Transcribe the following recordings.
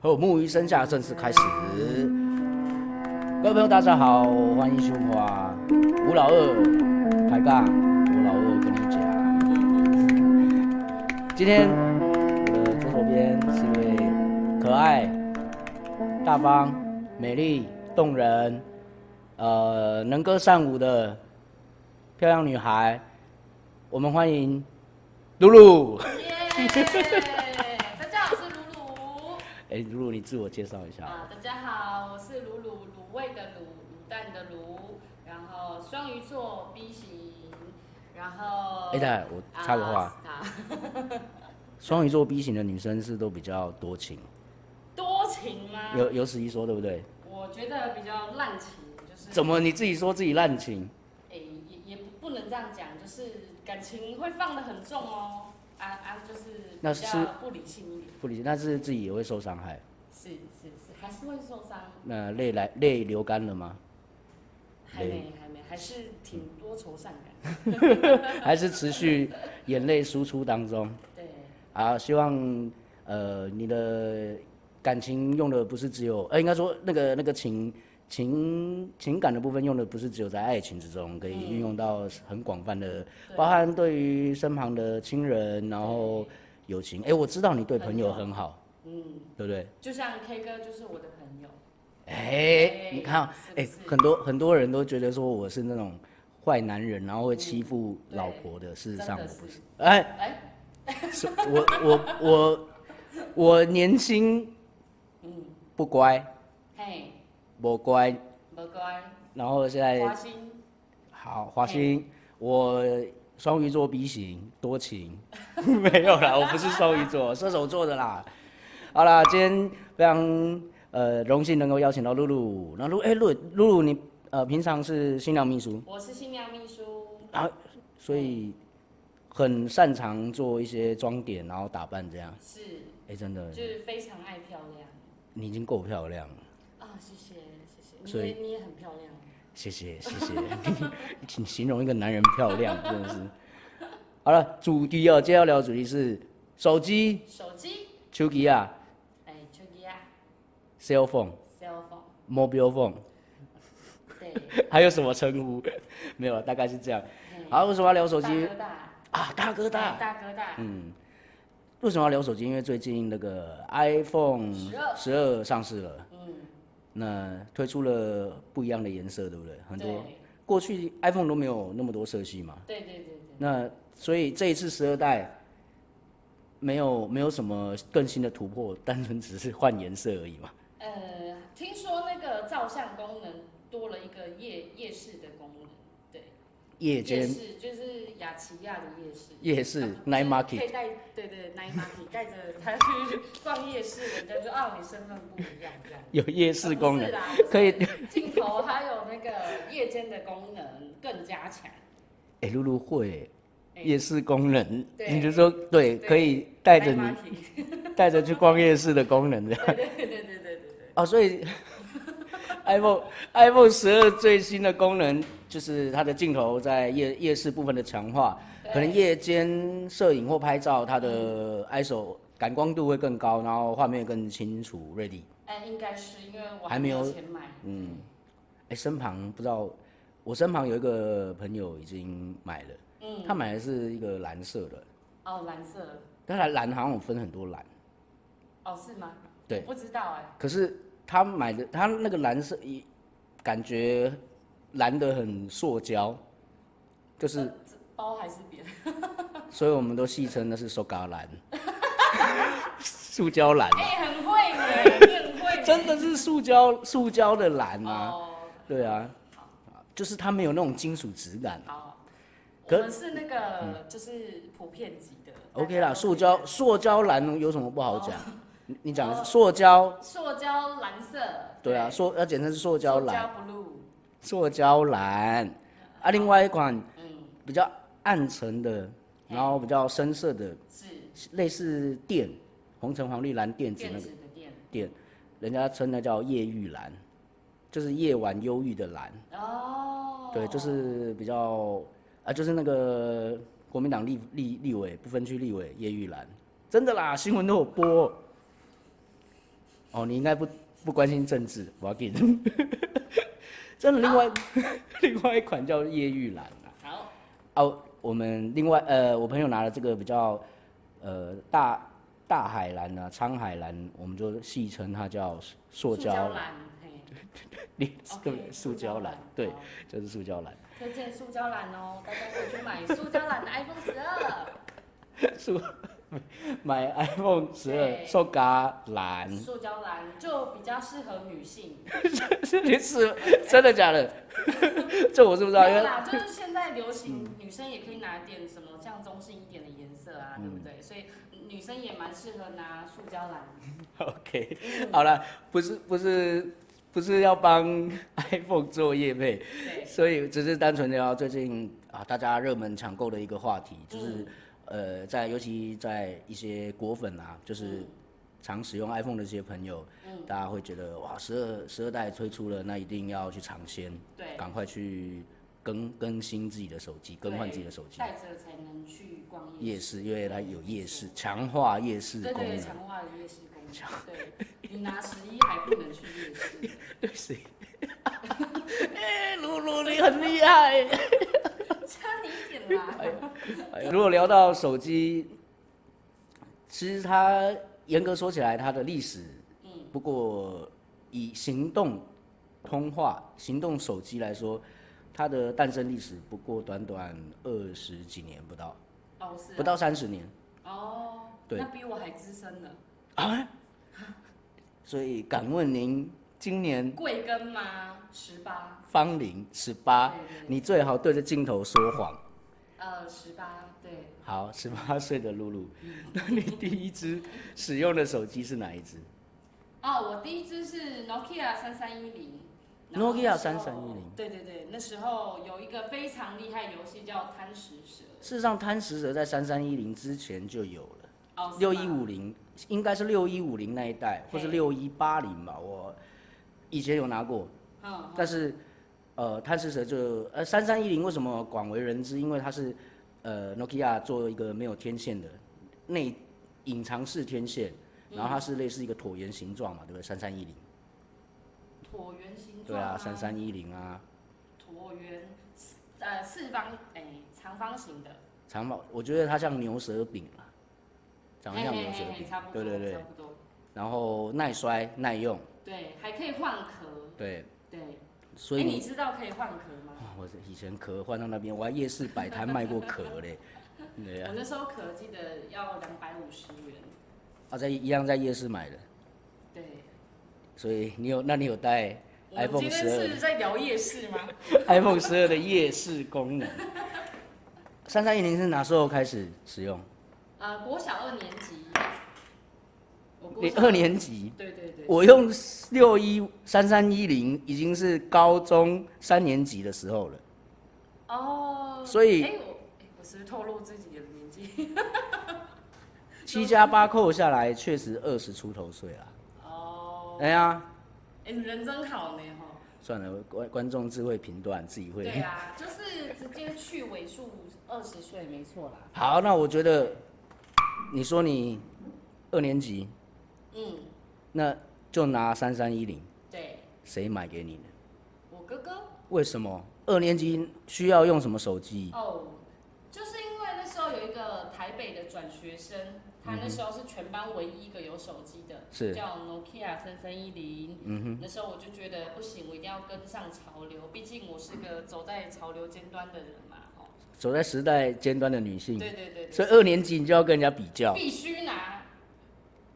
和我木鱼生下正式开始。各位朋友，大家好，欢迎收看吴老二抬杠，我老二跟你讲，今天我的左手边是一位可爱、大方、美丽、动人，呃，能歌善舞的漂亮女孩，我们欢迎露露。大家好，我是鲁鲁。哎、露露，你自我介绍一下。啊，大家好，我是鲁鲁，卤味的卤，卤蛋的卤，然后双鱼座 B 型，然后哎、大姐，我插个话，啊，双鱼座 B 型的女生是都比较多情，多情吗？有有史一说对不对？我觉得比较滥情，就是怎么你自己说自己滥情？哎、也也不不能这样讲，就是感情会放得很重哦。啊啊，就是那比是较不理性一点，不理解，但是自己也会受伤害。是是是，还是会受伤，那泪来泪流干了吗？还没还没，还是挺多愁善感。还是持续眼泪输出当中？对，啊，希望呃你的感情用的不是只有，呃，应该说那个那个情情情感的部分用的不是只有在爱情之中，可以运用到很广泛的，对包含对于身旁的亲人，然后友情。哎、我知道你对朋友很好，嗯。对不对？就像 K 哥就是我的朋友，哎、哎你看，哎、是不是很多很多人都觉得说我是那种坏男人，然后会欺负对老婆的，事实上我真的不是是。哎、哎，是我我我我年轻，不乖，嘿，我乖，不乖，然后现在花心，好华兴，我双鱼座 B 型，多情，没有啦，我不是双鱼座，射手座的啦。好啦，今天非常呃荣幸能够邀请到露露，那露哎露露露你呃平常是新娘秘书，我是新娘秘书，所以很擅长做一些装点，然后打扮这样。是，哎、真的就，是非常爱漂亮你已经够漂亮了。啊，谢谢谢谢，所你以也你也很漂亮，啊谢谢谢 谢，请形容一个男人漂亮，真的是。好了，主题哦，接下来聊的主题是手机、手机，手机啊、哎，手机啊 cell phone、 ，cell phone， mobile phone， 对，还有什么称呼？ 没有了，大概是这样。嘿好，为什么要聊手大机哥大，啊？大哥哎大，大哥大，嗯，为什么要聊手机？因为最近那个 iPhone 12十二上市了，嗯，那推出了不一样的颜色，对不对？很多对过去 iPhone 都没有那么多色系嘛。对对对对，那所以这一次十二代没有没有什么更新的突破， 单纯只是换颜色而已嘛。呃，听说那个照相功能多了一个夜夜市的功能，对，夜夜间市就是雅琪亚的夜市。夜市啊 night 可 market，以带对对 night market 带着他去逛夜市，人家就哦你身份不一样这样。有夜市功能，啊不是啦可以。就是镜头它有那个夜间的功能更加强。哎，露露会哎夜市功能，对你就说对，对可以带着 night 你 market 带着去逛夜市的功能的对对对对对对对。哦，所 以 iPhone iPhone 十二最新的功能就是它的镜头在夜夜市部分的强化，对嗯可能夜间摄影或拍照，它的 ISO 感光度会更高，然后画面更清楚 ready。哎，应该是因为我还没没有钱买。嗯，哎、身旁不知道，我身旁有一个朋友已经买了，嗯，他买的是一个蓝色的，哦，蓝色，但它蓝好像有分很多蓝，哦是吗？对我不知道哎。可是他买的他那个蓝色一感觉蓝的很塑胶，就是呃这包还是扁？所以我们都戏称那是塑胶 蓝，塑胶蓝，哎，很会呢，你很会呢。真的是塑胶塑胶的蓝啊，哦，对啊，就是它没有那种金属质感。好，可嗯我们是那个就是普遍级的。 OK 大家啦，都塑可以胶塑胶蓝有什么不好讲？你你讲的是塑胶，塑胶蓝色。对啊，塑要简称是塑胶蓝， blue。塑胶蓝啊，另外一款嗯，比较暗沉的，哎然后比较深色的，是类似靛，红橙黄绿蓝靛紫电那个子的电。靛，人家称那叫夜遇蓝，就是夜晚忧郁的蓝。哦。对，就是比较啊，就是那个国民党立立立委不分区立委叶玉兰，真的啦，新闻都有播。哦，你应该不不关心政治，我要给你。 真的，另外 另外一款叫夜玉兰啊。好，哦，我们另外呃，我朋友拿了这个比较呃大大海蓝啊，沧海蓝，我们就戏称它叫塑胶蓝，篮，嘿，你 OK，对塑胶蓝， 哦对，好就是塑胶蓝，推荐塑胶篮哦，大家可以去买塑胶篮的 iPhone 十二，塑买 iPhone 十对二塑胶蓝， 塑胶篮就比较适合女性。这你是真的假的？ 这我是不知道，嗯没因有为啦，就是现在流行，女生也可以拿点什么像中性一点的颜色嗯啊，对不对？所以女生也蛮适合拿塑胶篮。 OK。嗯，好了，不是不是不是要帮 iPhone 做业配，对，所以只是单纯聊最近啊大家热门抢购的一个话题，嗯就是、呃在尤其在一些果粉啊，就是嗯常使用 iPhone 的一些朋友，嗯，大家会觉得哇十二十二代推出了，那一定要去尝鲜，对，赶快去更更新自己的手机，更换自己的手机。带着才能去逛夜夜市，市，因为它有夜市，强化夜市对功对，能。强化的夜市功能。对，你拿十一还不能去夜市， 对谁？ 哎、露露你很厉害。差你一点啦。哎呀如果聊到手机，其实它严格说起来，它的历史嗯，不过以行动通话、行动手机来说，它的诞生历史不过短短二十几年，不到哦是啊。不到三十年，哦，对那比我还资深呢。所以敢问您今年贵庚吗？十八。芳龄十八，对对啊你最好对着镜头说谎。呃，十八，对，好，十八 岁的露露，那你第一支使用的手机是哪一支？哦，我第一支是 Nokia 三三一零。 Nokia 3310对对对，那时候有一个非常厉害游戏叫贪食蛇，事实上，贪食蛇在三三一零之前就有了，哦，是六吗一，五零应该是六一五零那一代，或是嘿六一八零吧。我以前有拿过，嗯，但是呃，贪食蛇就呃三三一零为什么广为人知？因为它是呃 Nokia 做一个没有天线的内隐藏式天线，嗯然后它是类似一个椭圆形状嘛，对不对？三三一零，椭圆形对状嗯啊，三三一零啊，椭圆，呃，四方，哎，长方形的，长毛，我觉得它像牛舌饼啊，长得像嘿牛嘿舌嘿嘿饼差不，多，对对对差，不多，然后耐摔耐用，对，还可以换壳，对。对，所以哎你你知道可以换壳吗？哇我以前壳换到那边，我还夜市摆摊卖过壳嘞。对啊我呀、那时候壳记得要两百五十元，啊，在一样在夜市买的，对。所以你有，那你有带我们 iPhone 今天十是二在聊夜市吗？ iPhone 十二的夜市功能。三三一零是哪时候开始使用？呃，国小二年级，我国你小二，年级，对对对，我用六一三三一零已经是高中三年级的时候了。哦，所以哎、我哎我是不是透露自己的年纪？ 七加八扣下来，确实二十出头岁啦。哦，哎呀，哎、你人真好呢哈。算了，观观众自会评断，自己会。对啊，就是直接去尾数二十岁，没错啦。好，那我觉得，你说你二年级，嗯，那就拿三三一零，对，谁买给你的？我哥哥为什么二年级需要用什么手机？哦，就是因为那时候有一个台北的转学生，他嗯那时候是全班唯一一个有手机的，是叫 Nokia 三三一零。嗯哼，那时候我就觉得不行，我一定要跟上潮流，毕竟我是个走在潮流尖端的人嘛。哦，走在时代尖端的女性，对对对嗯所以对，二年级你就要跟人家比较。必须拿。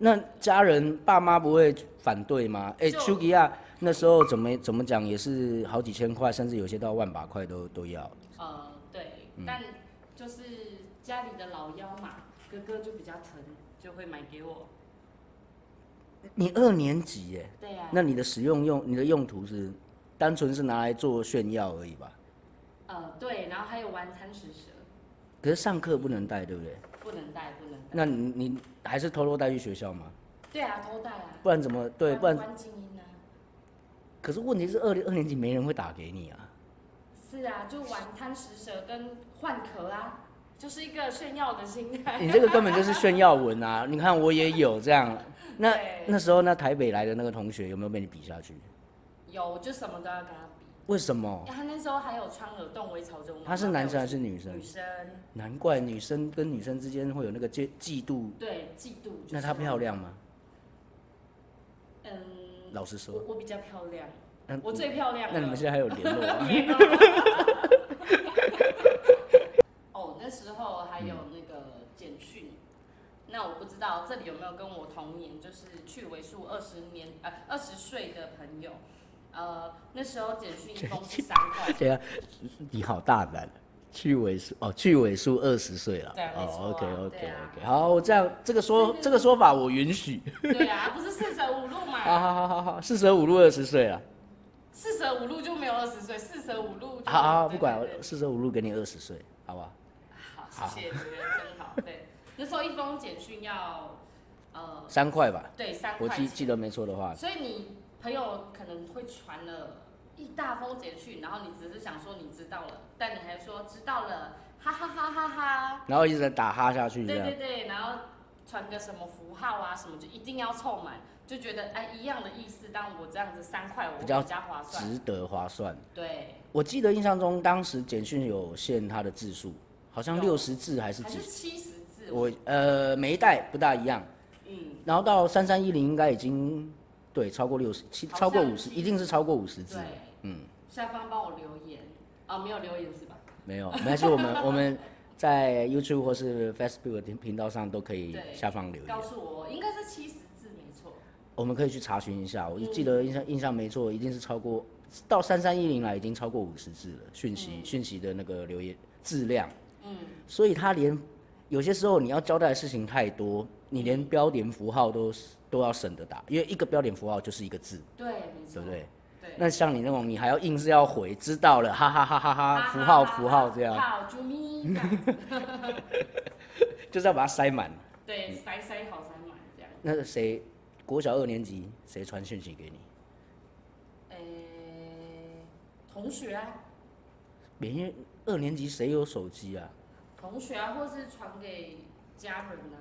那家人爸妈不会反对吗？哎、就丘吉亚那时候怎么怎么讲也是好几千块，甚至有些到万把块都都要。呃，对，嗯但就是家里的老幺嘛，哥哥就比较疼，就会买给我。你二年级耶，对啊呀、那你的使用用你的用途是单纯是拿来做炫耀而已吧？呃，对，然后还有玩贪食蛇，可是上课不能带，对不对？不能带，不能带。那你你还是偷偷带去学校吗？对啊，偷带啊。不然怎么对？不然关静音啊。可是问题是二年二年级没人会打给你啊。是啊，就玩贪食蛇跟换壳啊，就是一个炫耀的心态。你这个根本就是炫耀文啊！你看我也有这样，那对那时候那台北来的那个同学有没有被你比下去？有，我就什么都要跟他比。哎为什么？他那时候还有穿耳洞，我也朝着我妈妈他是男生还是女表示生女？生，难怪女生跟女生之间会有那个嫉嫉妒。对，嫉妒。就是那她漂？亮吗？嗯，老实说我，我比较漂亮那，我最漂亮了。那你们现在还有联络吗？，没有哦，那时候还有那个简讯，那我不知道这里有没有跟我同年，就是去为数二十年呃二十岁的朋友，呃，那时候简讯一封是三块 对啊，你好大胆，去尾数哦，去尾数二十岁了。对啊没错啊哦，OK OK 对啊 OK，好，这样这个说这个说法我允 许。对啊，不是四舍五入好嘛，好好好好，四舍五入二十岁啊了。四舍五入就没有二十岁，四舍五入就好好，好对不管对对四舍五入给你二十岁，好不好？好，谢谢，你的真好，对，那时候一封简讯要呃三块吧，对三块我记钱。记得没错的话，所以你朋友可能会传了一大封简讯，然后你只是想说你知道了，但你还说知道了，哈哈哈哈哈。然后一直在打哈下去这对样对。对，然后传个什么符号啊什么，就一定要凑满，就觉得哎一样的意思，但我这样子三块我比较比较划算。值得划算。对，我记得印象中当时简讯有限它的字数，好像有六十字还是还几是？七十字，我呃每一代不大一样，嗯，然后到三三一零应该已经对超过六十七，好超过像五十，是一定是超过五十字对。，嗯，下方帮我留言，啊、没有留言是吧？没有，没关系，我们我们在 YouTube 或是 Facebook 频频道上都可以对下方留言告，诉我，应该是七十字没错。我们可以去查询一下。我嗯记得印象印象没错，一定是超过到三三一零来已经超过五十字了，讯息讯息的那个留言质量。嗯，所以他连有些时候你要交代的事情太多，你连标点符号都都要省得打，因为一个标点符号就是一个字，对，没错，对不对？对。那像你那种，你还要硬是要回，知道了，哈哈哈哈哈，符号符号这样，好，啾咪，这样子就是要把它塞满。嗯对，塞塞好塞满这样。那个谁，国小二年级谁传讯息给你？呃，同学啊，每天二年级谁有手机啊？同学啊，或是传给家人啊，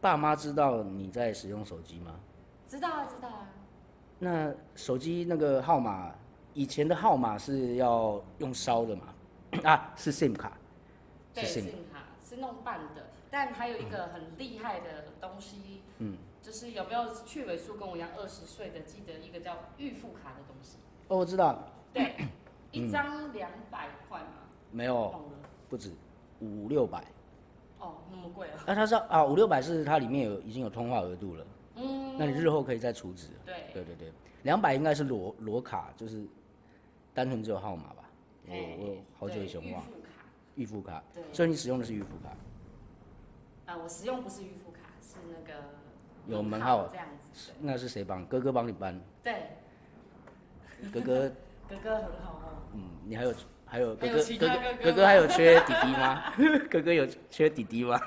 爸妈知道你在使用手机吗？知道啊，知道啊。那手机那个号码，以前的号码是要用烧的嘛？啊，是 SIM 卡，对，是信 SIM 卡是弄半的，但还有一个很厉害的东西，嗯，就是有没有去尾数跟我一样二十岁的，记得一个叫预付卡的东西，哦，我知道，对，嗯一张两百块嘛，没有，忘了，不止五六百。哦，那么贵哦，那、啊、它是啊，五六百是它里面有已经有通话额度了，嗯，那你日后可以再储值。对，对对对，两百应该是裸裸卡，就是单纯只有号码吧。我哎我好久以前对预忘了付卡。预付卡，对所以你使用的是预付卡，啊，我使用不是预付卡，是那个有门号这样子。那是谁帮？哥哥帮你办，对，哥哥，对哥哥很好哦。嗯，你还有还有哥还有哥其哥他哥哥哥哥哥吗还有 缺弟弟吗？哥哥有缺弟弟吗？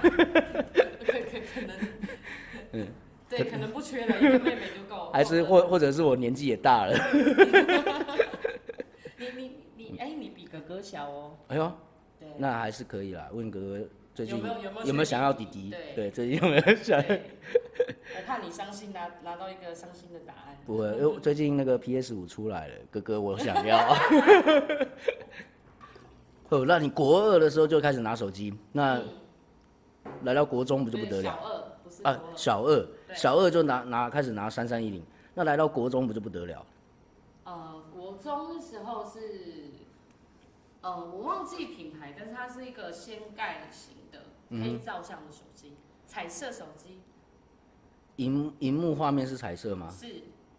可可可能， 对，可能不缺了，一个妹妹就够。嗯还是或或或者是我年纪也大了？ 你你你，哎，你比哥哥小哦。哎呦，对，那还是可以啦。问哥哥最近有没有有没有想要弟弟？对对，最近有没有想要？对我怕你伤心拿拿到一个伤心的答案。不会，因为最近那个 PS 五出来了，哥哥我想要。 哦，那你国二的时候就开始拿手机，那来到国中不就不得对了小二不是啊？小小二，对小二就拿拿开始拿三三一零，那来到国中不就不得了？呃，国中的时候是，呃，我忘记品牌，但是它是一个掀盖型的，嗯可以照相的手机，彩色手机荧荧幕画面是彩色吗？是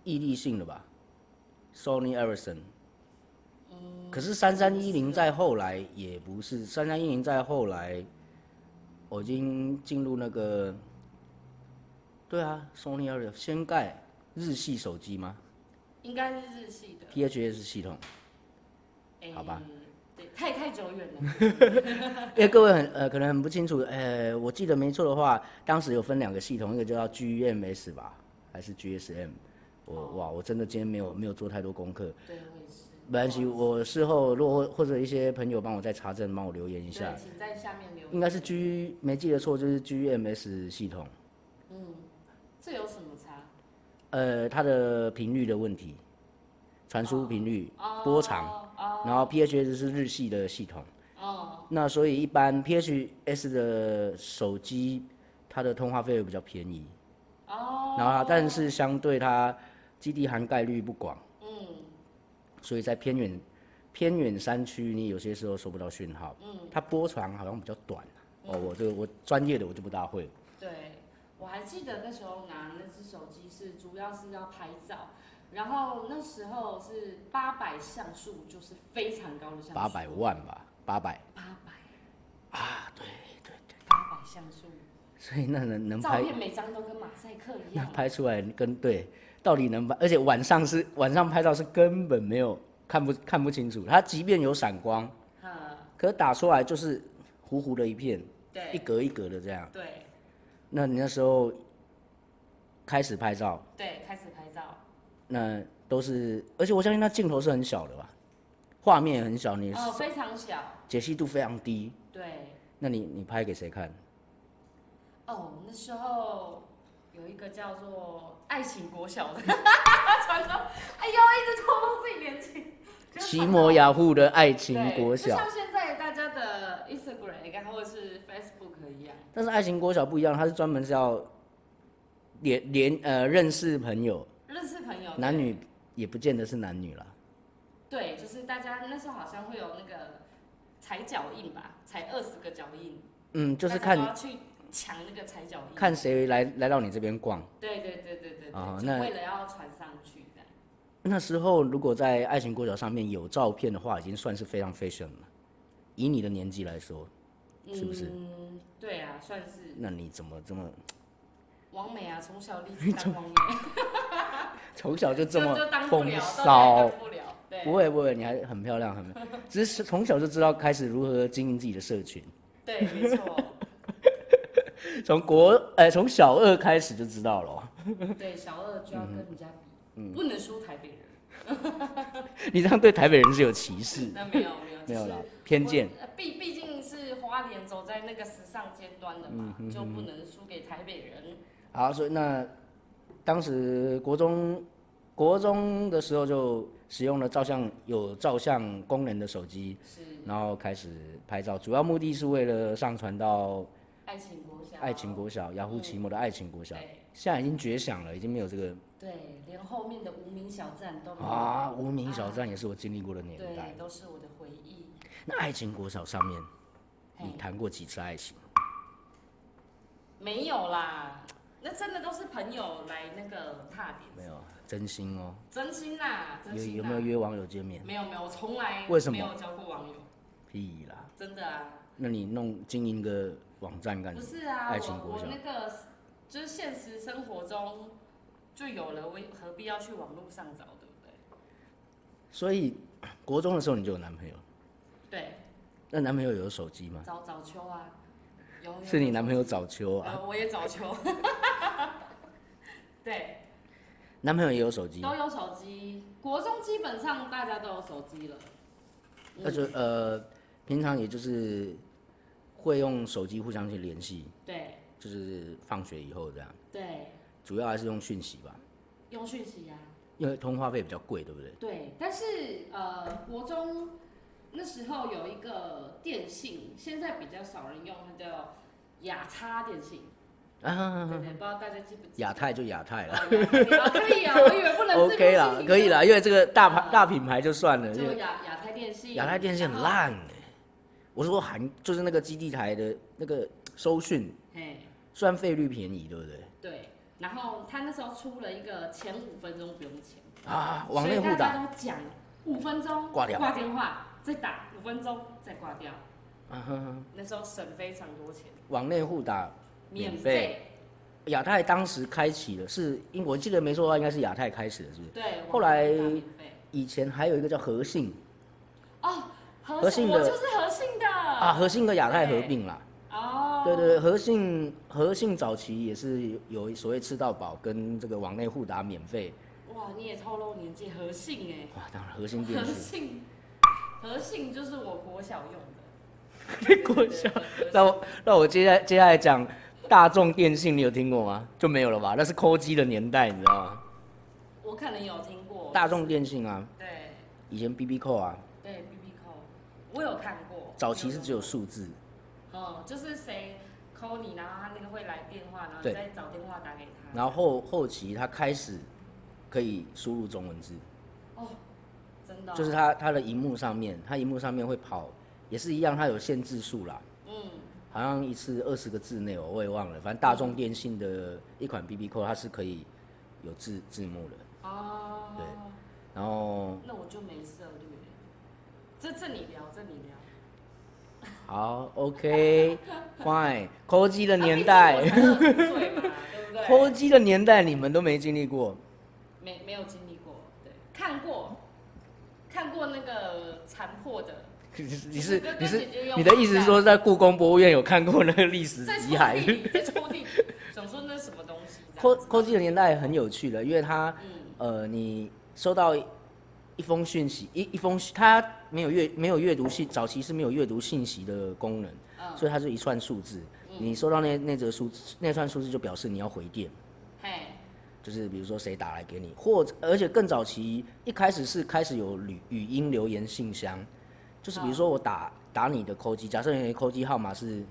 毅力性的吧，Sony Ericsson。可是三三一零再后来也不是，三三一零再后来，我已经进入那个，对啊，Sony Ericsson 掀盖日系手机吗应该是日系的， ？PHS 系统。诶好吧，对，太太久远了，因为各位很呃可能很不清楚，呃，我记得没错的话，当时有分两个系统，一个叫 GMS 吧，还是 GSM？我哇，我真的今天没有没有做太多功课，对，我也是，没关系，我事后如果或者一些朋友帮我再查证，帮我留 言一下对，。请在下面留言，应该是 G 没记得错，就是 GMS 系统，嗯，这有什么差？呃，它的频率的问题，传输频率、波长，哦然后 PHS 是日系的系统，哦，那所以一般 PHS 的手机它的通话费会比较便宜，哦，然后它但是相对它基地涵盖率不广，嗯所以在偏远偏远山区你有些时候收不到讯号，嗯，它波长好像比较短啊。哦，我这个我专业的我就不大会了。对，我还记得那时候拿那只手机是主要是要拍照，然后那时候是八百像素，就是非常高的像素，八百万吧，八百八百啊，对对对，八百像素，所以那能能照拍，片每张都跟马赛克一那样，拍出来跟对，到底能拍，而且晚上是晚上拍照是根本没有看不看不清楚，它即便有闪光，哈，可打出来就是糊糊的一片，一啊对格一格的这样。对那你那时候开始拍照，对，开始拍照，那都是，而且我相信那镜头是很小的吧，画面也很小，你哦，非常小，解析度非常低，对。那你你拍给谁看？哦，那时候有一个叫做爱情国小的， 传说，哎呦，一直透露自己年纪。就是奇摩雅虎的爱情国对就小，像现在大家的 Instagram 应该或者是 Facebook 一样，但是爱情国小不一样，它是专门是要连连呃认识朋友，认识朋友对男女也不见得是男女啦。对，就是大家那时候好像会有那个踩脚印吧，踩二十个脚印，嗯，就是大家都看要去抢那个踩脚印，看谁来来到你这边逛。对对对对对对，哦就那为了要传上去这样，那时候如果在爱情国小上面有照片的话，已经算是非常 fashion 了。以你的年纪来说，是不是嗯，对啊，算是那你怎么这么 王美啊，从小立志当王美。从小就这么 就就当不风了，骚到现在？当不了，对不会不会，你还很漂亮，很 漂亮只是从小就知道开始如何经营自己的社群。对，没错，从国呃从小二开始就知道了哦、对，小二就要跟人家嗯比，不能输台北人， 你这样对台北人是有歧视，那没有没有，没有啦就是，偏见。我。呃毕毕竟是花莲走在那个时尚尖端的嗯嘛，就不能输给台北人。好，所以那当时国中国中的时候就使用了照相有照相功能的手机，是然后开始拍照，主要目的是为了上传到爱情国小，爱情国小、雅虎奇摩的爱情国小。对现在已经绝响了，已经没有这个对，连后面的无名小站都没有，啊，无名小站也是我经历过的年代对，。都是我的回忆。那爱情国小上面，嘿你谈过几次爱情？没有啦，那真的都是朋友来那个踏点，没有啊，真心哦。真心啦，真有心啦。啊有没有约网友见面？没有没有，我从来为什么没有交过网友，屁啦！真的啊，那你弄经营个网站干不什么？是啊，爱情我国我小那个就是现实生活中就有了，我何必要去网络上找，对不所以国中的时候你就有男朋友，对？对，那男朋友有手机吗？找早秋啊，有有嗯是你男朋友早秋啊？呃，我也早秋， 对，男朋友也有手机，都有手机，国中基本上大家都有手机了，那就呃，平常也就是会用手机互相去联系，对就是放学以后这样，对，主要还是用讯息吧，用讯息啊，因为通话费比较贵，对不对？对，但是呃，国中那时候有一个电信，现在比较少人用，它叫雅叉电信。啊，对对，不知道大家记不记得？亚太就亚太了 哦亚太啊可以啊，我以为不能自，OK 啦，可以了。啦，因为这个大牌大品牌就算了，因为就亚亚太电信，亚太电信很然后。烂哎、我说韩就是那个基地台的那个收讯，嘿，虽然费率便宜，对不对？对。然后他那时候出了一个前五分钟不用钱，啊，网内互所以大打，家都讲五分钟挂掉挂电话，再打五分钟再挂掉。啊哈哈那时候省非常多钱，网内互打。免免费费。亚太当时开启的是英国，我记得没错的话，应该是亚太开始的，是不是？对，后来网络打免费以前还有一个叫和信哦，和核信信的我就是核信的啊，啊和信跟亚太合并啦。哦，对对对，和信和信早期也是有所谓吃到饱跟这个网内互打免费，哇，你也透露年纪，核信哇，当然和哎、信核电视。信，核信就是我国小用的， 国小对对对那我那我接下来接下来讲大众电信你有听过吗？就没有了吧？那是抠机的年代，你知道吗？我可能有听过大众电信啊，对以前 B B 扣啊，对 B B 扣，我有看过。早期是只有数字，嗯，就是谁扣你，然后他那个会来电话，然后对你再找电话打给他。然后后后期它开始可以输入中文字，哦，真的哦、就是它它的荧幕上面，它荧幕上面会跑，也是一样，它有限制数啦，嗯好像一次二十个字内，我也忘了。反正大众电信的一款 B B 扣，它是可以有字字幕的。哦，对然后那我就没涉略了。这这你聊，这你聊。好，OK，Fine，抠机的啊年代毕，竟我才20岁嘛，对不对？抠机的年代你们都没经历过，没没有经历过，对，看过，看过那个残破的，你是跟你跟是姐姐用你的意思是说在故宫博物院有看过那个历史在抽遗屉 骸？里，在抽屉里，想说那什么东西这抠 样子，抠机的年代很有趣的，因为它嗯，呃，你收到一封讯息，一一封它没有阅没有阅读信，早期是没有阅读信息的功能，嗯所以它是一串数字。你收到那那则数字那串数字就表示你要回电，嘿，就是比如说谁打来给你，或者而且更早期一开始是开始有语语音留言信箱，就是比如说我打打你的扣机，假设你的扣机号码是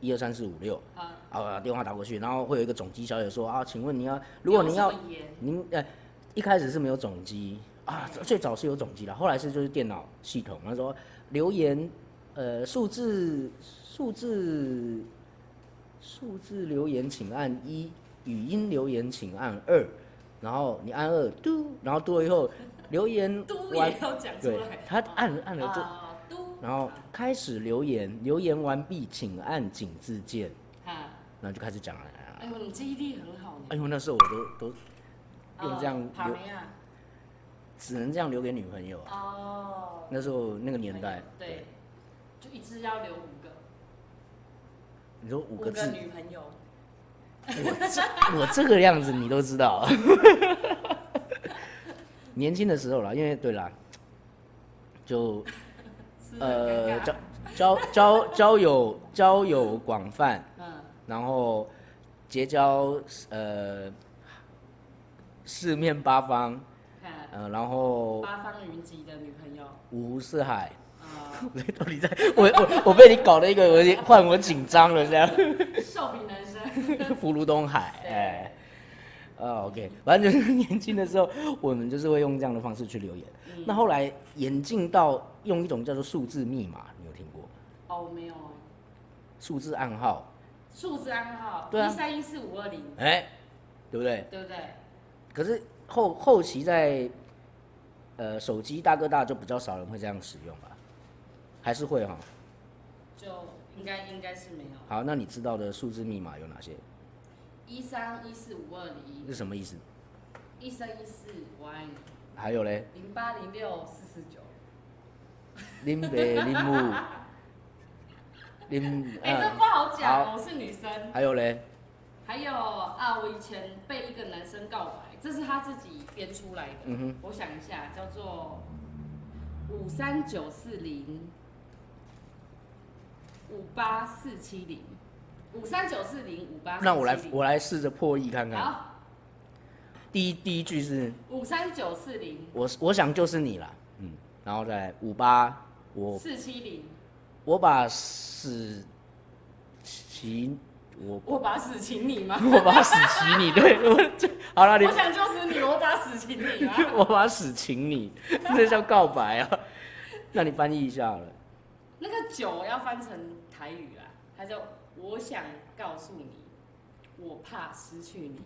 一二三四五六，好，啊，我把电话打过去，然后会有一个总机小姐说啊，请问你要如果你要用什么盐您呃一开始是没有总机啊，最早是有总机的，后来是就是电脑系统，他说留言呃数字数字数字留言请按一，语音留言请按二，然后你按二嘟，然后嘟了以后留言都完也，要讲出对来，，他按按了就。啊都，然后开始留言，留言完毕，请按井字键，啊，然后就开始讲了。哎呦，你记忆力很好呢，哎呦，那时候我都都用这样啊爬留梅啊，只能这样留给女朋友啊。哦，那时候那个年代，哎对，就一次要留五个，你说五个字，女朋友，我这 我这个样子你都知道。 年轻的时候啦，因为对啦，就是很呃尴交尬，交交交友交友广泛，嗯，然后结交呃四面八方，看呃，然后八方云集的女朋友，五湖四海。 啊，我到底在我我我被你搞了一个，我有点换我紧张了这样。 瘦比 男生，福如东海， 对哎、啊 o k 反正就是 年轻的时候，我们就是会用这样的方式去留言。那后来演进到用一种叫做数字密码，你有听过？哦，没有，数字暗号，数字暗号，对啊一三一四五二零，哎、对不对？对不对？可是后后期在，呃，手机大哥大就比较少人会这样使用吧，还是会哈。就应该应该是没有，好，那你知道的数字密码有哪些？一三一四五二零，是什么意思？一三一四我爱你，还有嘞，零八零六四四九，林北、林 木、林，哎，这嗯不好讲，我是女生。还有嘞，还有啊，我以前被一个男生告白，这是他自己编出来的。嗯哼我想一下，叫做五三九四零五八四七零五三九四零五八。那我来我来试着破译看看。好第一第一句是五三九四零我我想就是你啦，嗯，然后再五八，我四七零，我把死骑我？我把死请你吗我把死骑你，对， 我这好了， 你我想就是你，我把死请你吗？我把死请你， 这叫告白啊？那你翻译一下好了，那个九要翻成台语啦，啊它叫我想告诉你，我怕失去你。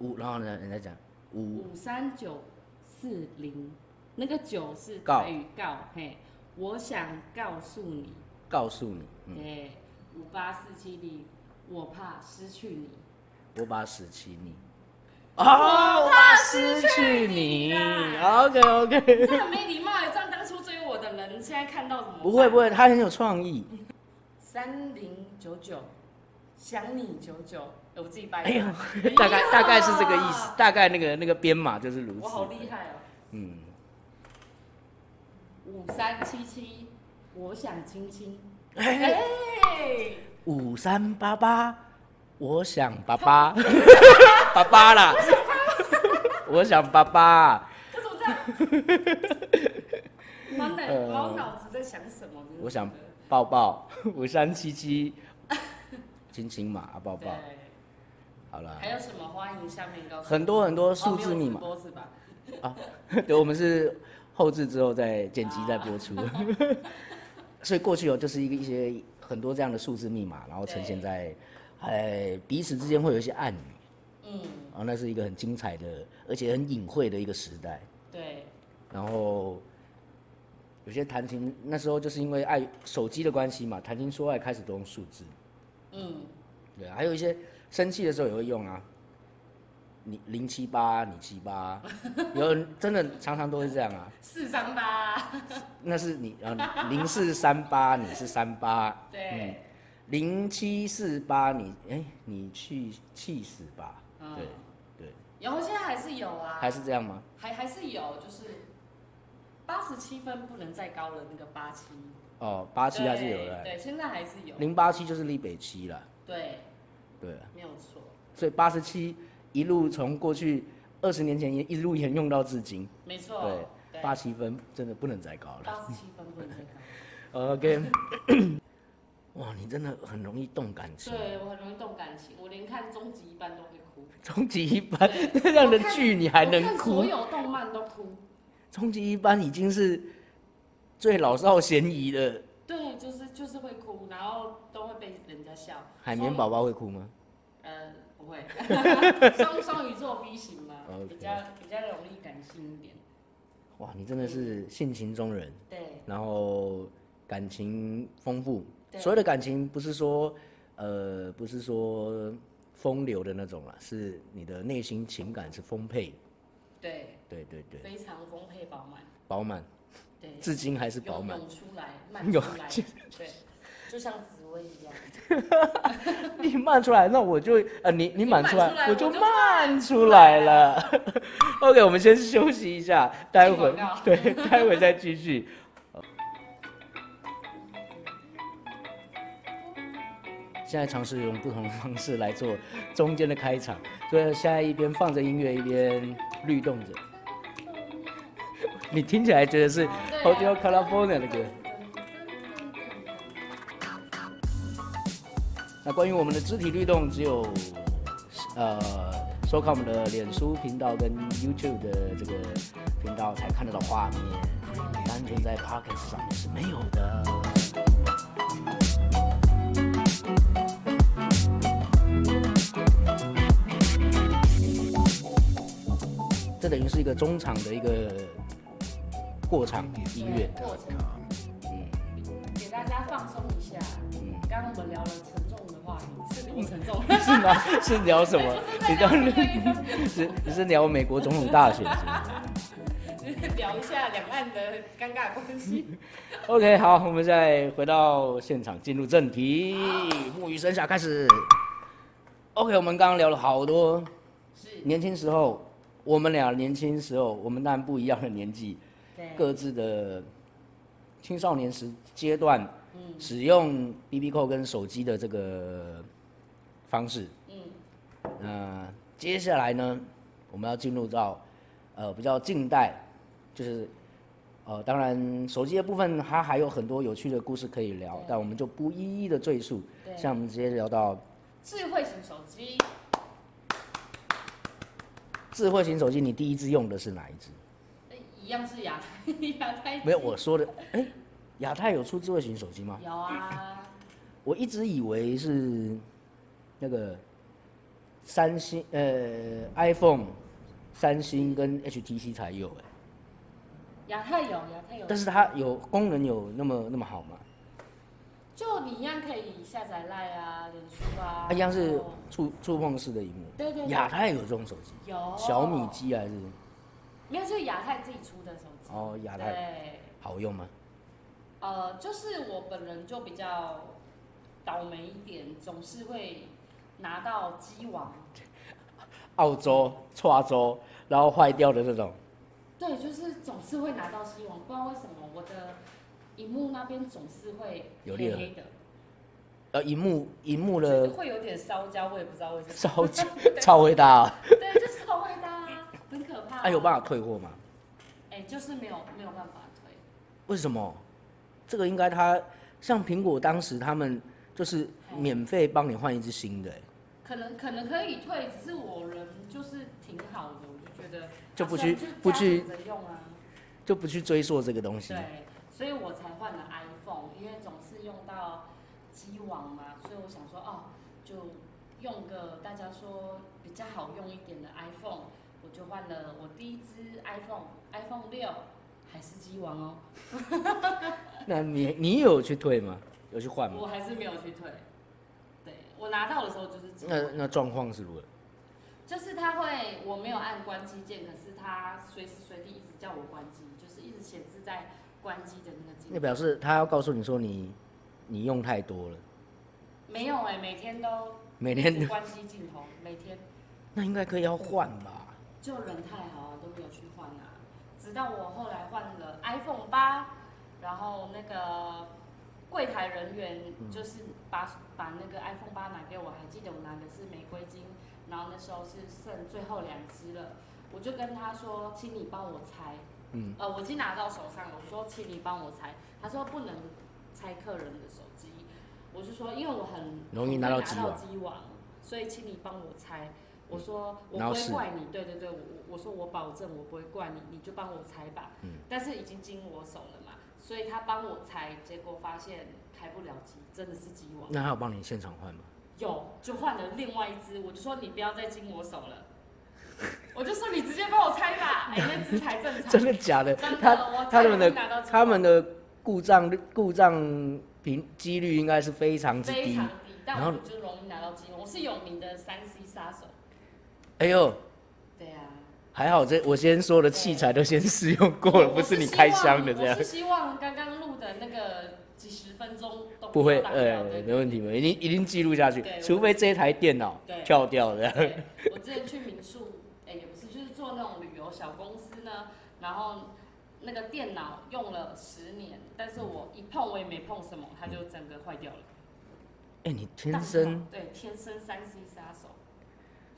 五，然后呢，人家讲五五三九四零，那个九是告台语告，嘿，我想告诉你，告诉你，嗯，对，五八四七零，我怕失去你， 我把死请你。哦，我把失去你。OK OK，这很没礼貌，这样当初追我的人现在看到怎么？不会不，会，他很有创意。三零九九，想你九九，哎我自己掰的，哎呀哎 呀，大概大概是这个意思，，大概那个那个编码就是如此。哎我好厉！害哦，嗯，五三七七，我想亲亲，哎哎，五三八八，我想爸爸，爸爸啦，我想爸爸，为什么这样？ 满脑满脑子在想什么？呃我想抱抱，五三七七，亲亲嘛，啊抱对抱，，好了还，有什么？欢迎下面告诉我。很多很多哦数字密没码，有直播是吧？对，我们是后置之后再剪辑再播出， 所以过去哦，就是一个一些很多这样的数字密码，然后呈现在，哎，彼此之间会有一些暗语，嗯，然后哦那是一个很精彩的，而且很隐晦的一个时代。对，然后有些谈情，那时候就是因为爱手机的关系嘛，谈情说爱开始都用数字，嗯，对，啊还有一些生气的时候也会用啊，你零七八，你七八，有人真的常常都是这样啊，四张吧。那是你啊，零四三八，你是三八，对，零七四八，你哎，你去气死吧，嗯对对，然后现在还是有啊，还是这样吗？还还是有，就是八十七分不能再高了，那个八七，哦，八七还是有的，对，对现在还是有，零八七就是立北七了，对，对。没有错，所以八十七一路从过去二十年前也一路沿用到至今，没错对，对，八七分真的不能再高了。八十七分不能再高， OK，哇，你真的很容易动感情。对我很容易动感情，我连看终极一班都会哭，终极一班 对这样的剧你还我能看所哭？有动漫都哭，终极一班已经是最老少咸宜的。对，就是就是会哭，然后都会被人家笑，海绵宝宝会哭吗？呃，不会， 双双鱼座 B 型嘛 OK 比较比较容易感性一点。哇，你真的是性情中人，对，然后感情丰富。对所有的感情不是说，呃，不是说风流的那种啦，是你的内心情感是丰沛的，对，对对对，非常丰沛饱满，饱满，对，至今还是饱涌满。涌出 来，漫出涌来，对，就像紫薇一 样。你慢出来，那我就呃，你你满出你慢出来来，我我就就慢出来了。OK，我们先休息一下，待会进广告对，待会再继续。现在尝试用不同的方式来做中间的开场，所以现在一边放着音乐，一边律动着。你听起来觉得是 Hotel 啊 California 的歌。那关于我们的肢体律动，只有呃收看我们的脸书频道跟 YouTube 的这个频道才看得到画面，单纯在 Pocket 上面是没有的。这等于是一个中场的一个过场音乐，过程嗯给大家放松一下。嗯，刚刚我们聊了沉重的话题，是我沉重， 是吗？是聊什么？你聊到这个是你是聊美国总统大选是吗聊一下两岸的尴尬关系。 ？OK，好，我们再回到现场，进入正题，木鱼生下开始。OK，我们刚刚聊了好多是，年轻时候，我们俩年轻时候，我们当然不一样的年纪，对，各自的青少年时阶段嗯使用 BB 扣跟手机的这个方式。嗯，那接下来呢，我们要进入到呃比较近代，就是呃当然手机的部分它还有很多有趣的故事可以聊对，但我们就不一一的赘述。对，像我们直接聊到智慧型手机，智慧型手机，你第一支用的是哪一支？呃一样是亚太亚太 没有，我说的，哎，亚太有出智慧型手机吗？有啊，我一直以为是那个三星呃 iPhone、三星跟 HTC 才有哎。亚太有亚太有，但是它有功能有那么那么好吗？就你一样可以下载赖啊、脸书啊它，一样是然后触触碰式的荧幕。对对对亚太有这种手机，有小米机还是没有，就是亚太自己出的手机，哦亚太对，好用吗？呃，就是我本人就比较倒霉一点，总是会拿到机王，澳洲、跨洲，然后坏掉的这种，对，就是总是会拿到机王，不知道为什么我的荧幕那边总是会有黑裂黑的，呃荧幕荧幕就是的会有点烧焦，我也不知道为什么。超超伟大哦，对，就是超会搭啊，很可怕。哎有办法退货吗？哎、就是没有没有办法推。为什么？这个应该他像苹果当时他们就是免费帮你换一只新的、哎可能可能可以退，只是我人就是挺好的，我就觉得就不啊去虽然就是不家去庭着用啊，就不去追溯这个东西。对，所以我才换了 iPhone，因为总是用到机网嘛，所以我想说哦，就用个大家说比较好用一点的 iPhone，我就换了我第一支 iPhone，iPhone 六还是机网哦，那你你有去退吗？有去换吗？我还是没有去退。对我拿到的时候就是机那网。那状况是如何？就是他会，我没有按关机键，可是他随时随地一直叫我关机，就是一直显示在关机的那个那键。表示他要告诉你说你你用太多了，没有哎、每天都每天一直都关机镜头，每天那应该可以要换吧？就人太好啊，都没有去换啊。直到我后来换了 iPhone 八，然后那个柜台人嗯员就是把、把那个 iPhone 八拿给我，还记得我拿的是玫瑰金，然后那时候是剩最后两只了，我就跟他说，请你帮我拆。嗯，呃，我已经拿到手上了，我说请你帮我拆，他说不能拆客人的手机，我是说因为我很容易很拿到难鸡拿到网鸡网，所以请你帮我拆。我说我然后不会是怪你，对对对，我我说我保证我不会怪你，你就帮我拆吧。嗯但是已经经我手了嘛，所以他帮我拆，结果发现开不了机，真的是鸡网。那他有帮你现场换吗？有就换了另外一只，我就说你不要再经我手了，我就说你直接帮我拆吧，哎、那只才正 常。真的假的？真的哦他我他才们能的拿到鸡他网们的故障率故障频几率应该是非常之非低常。低，但然我后就容易拿到金。我是有名的三 C 杀手。哎呦，对啊，还好这我先说的器材都先试用过了，我不是你开箱的这样我。是希望我是希望刚刚录的那个几十分钟都不会，要打呃掉对，没问题，没问题，一定一定记录下去对，除非这一台电脑对跳掉的。对我之前去民宿，哎、也不是，就是做那种旅游小公司呢，然后那个电脑用了十年，但是我一碰我也没碰什么，它就整个坏掉了。哎，你天当场生对天生三 C 杀手。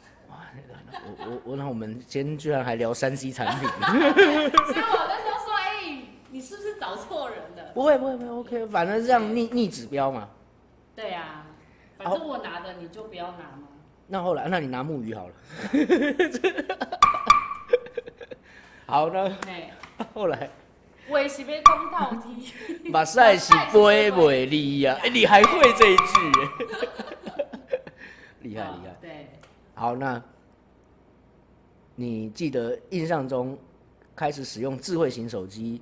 我我我，那我们今天居然还聊三 C 产品，所以我那时候说，哎、你是不是找错人了？不会不会不会，OK，反正这样逆逆指标嘛。对呀、啊，反哦正我拿的你就不要拿嘛。那后来，那你拿木鱼好了。 好，那哎、后来我也是被公道踢。马赛是杯美利呀，哎、你还会这一句、 厉害厉害 啊。对，好，那你记得印象中开始使用智慧型手机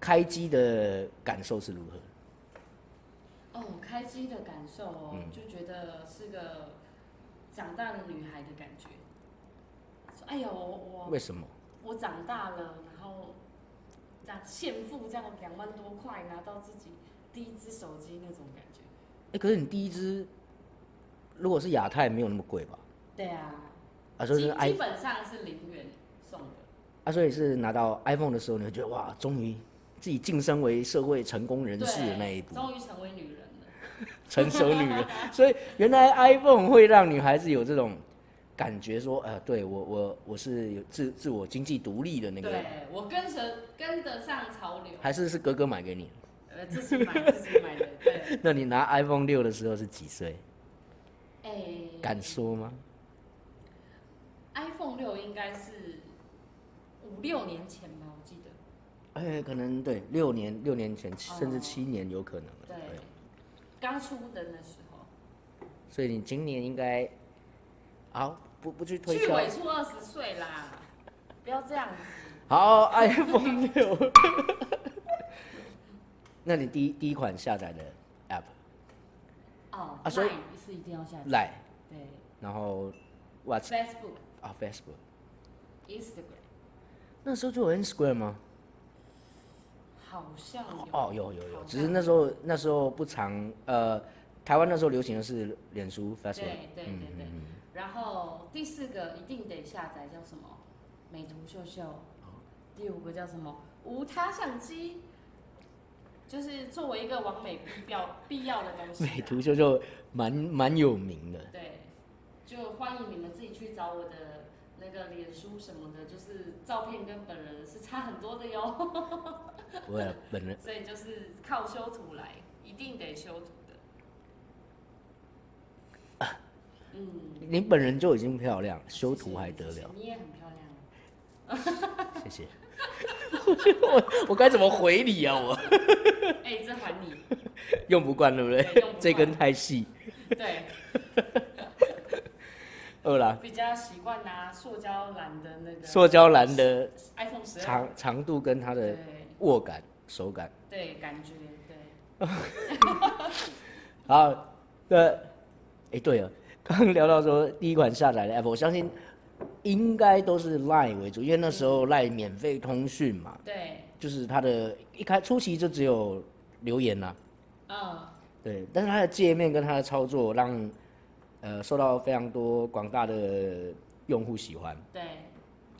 开机的感受是如何？哦，我开机的感受哦，嗯就觉得是个长大的女孩的感觉。说哎呦，我为我什么？我长大了，然后这样现付这样两万多块拿到自己第一只手机那种感觉。哎、可是你第一支如果是亚太，没有那么贵吧？对啊，啊，所以基是 i 基本上是零元送的。啊，所以是拿到 iPhone 的时候，你会觉得哇，终于自己晋升为社会成功人士的那一对，步，终于成为女人了。成熟女人。所以原来 iPhone 会让女孩子有这种感觉说，呃，对我我我是有自自我经济独立的那个，对我跟着跟得上潮流。还是是哥哥买给你？呃，自己买自己买的，对。那你拿 iPhone 六的时候是几岁？哎、敢说吗？ iPhone 六应该是五六年前吧，我记得。哎、可能对，六年六年前哦甚至七年有可能了。对，刚出的那时候，所以你今年应该，好不不去推去销尾。数二十岁啦，不要这样子。好，iPhone 六。 那你第一第一款下载的 App 哦，啊所以 Line 是一定要下载。 Line，对然后 What ，Facebook、啊 Facebook， Instagram 那时候就有 Instagram 吗？好像有。哦，有有有，好像只是那时候那时候不常呃，台湾那时候流行的是嗯脸书 Facebook，对啊对对对。然后第四个一定得下载叫什么？哦美图秀秀。第五个叫什么？无他相机。就是作为一个完美必要必要的东西、啊美图秀秀蛮蛮有名的，对，就欢迎你们自己去找我的那个脸书什么的，就是照片跟本人是差很多的 哟，我也啊本人所以就是靠修图来，一定得修图的。嗯，你本人就已经漂亮了，修图还得谢谢了？？你也很漂亮。啊 谢谢。 我我该怎么回你啊？我哎、这还你。用不惯，对不对对用不？惯这根太细。对，二啦，比较习惯拿塑胶篮的那个塑胶篮的 iPhone 十二。长长度跟它的对握感、手感。对，感觉对。好，那哎对了，刚刚聊到说第一款下载的 app，我相信应该都是 Line 为主，因为那时候 Line 免费通讯嘛，对，就是它的一开初期就只有留言啦、嗯，对，但是它的界面跟它的操作让呃受到非常多广大的用户喜欢，对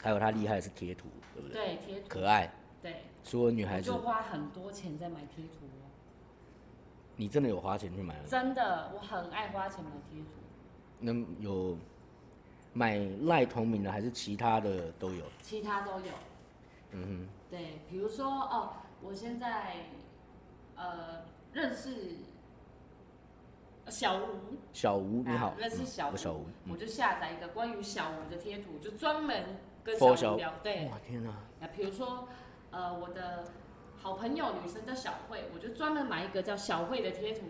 还有它厉害的是贴图，对不对？对贴图，可爱，对，所有女我孩子就，花很多钱在买贴图哦，你真的有花钱去买了？真的，我很爱花钱买贴图，那有买赖同名的还是其他的都有？其他都有。嗯对，比如说哦，我现在呃认识小吴，哼，小吴你好啊，认识嗯小吴我小吴，我就下载一个关于小吴的贴图，就专门跟 For 小小吴吴聊。对，哇天哪，那比如说，呃，我的好朋友女生叫小慧，我就专门买一个叫小慧的贴图，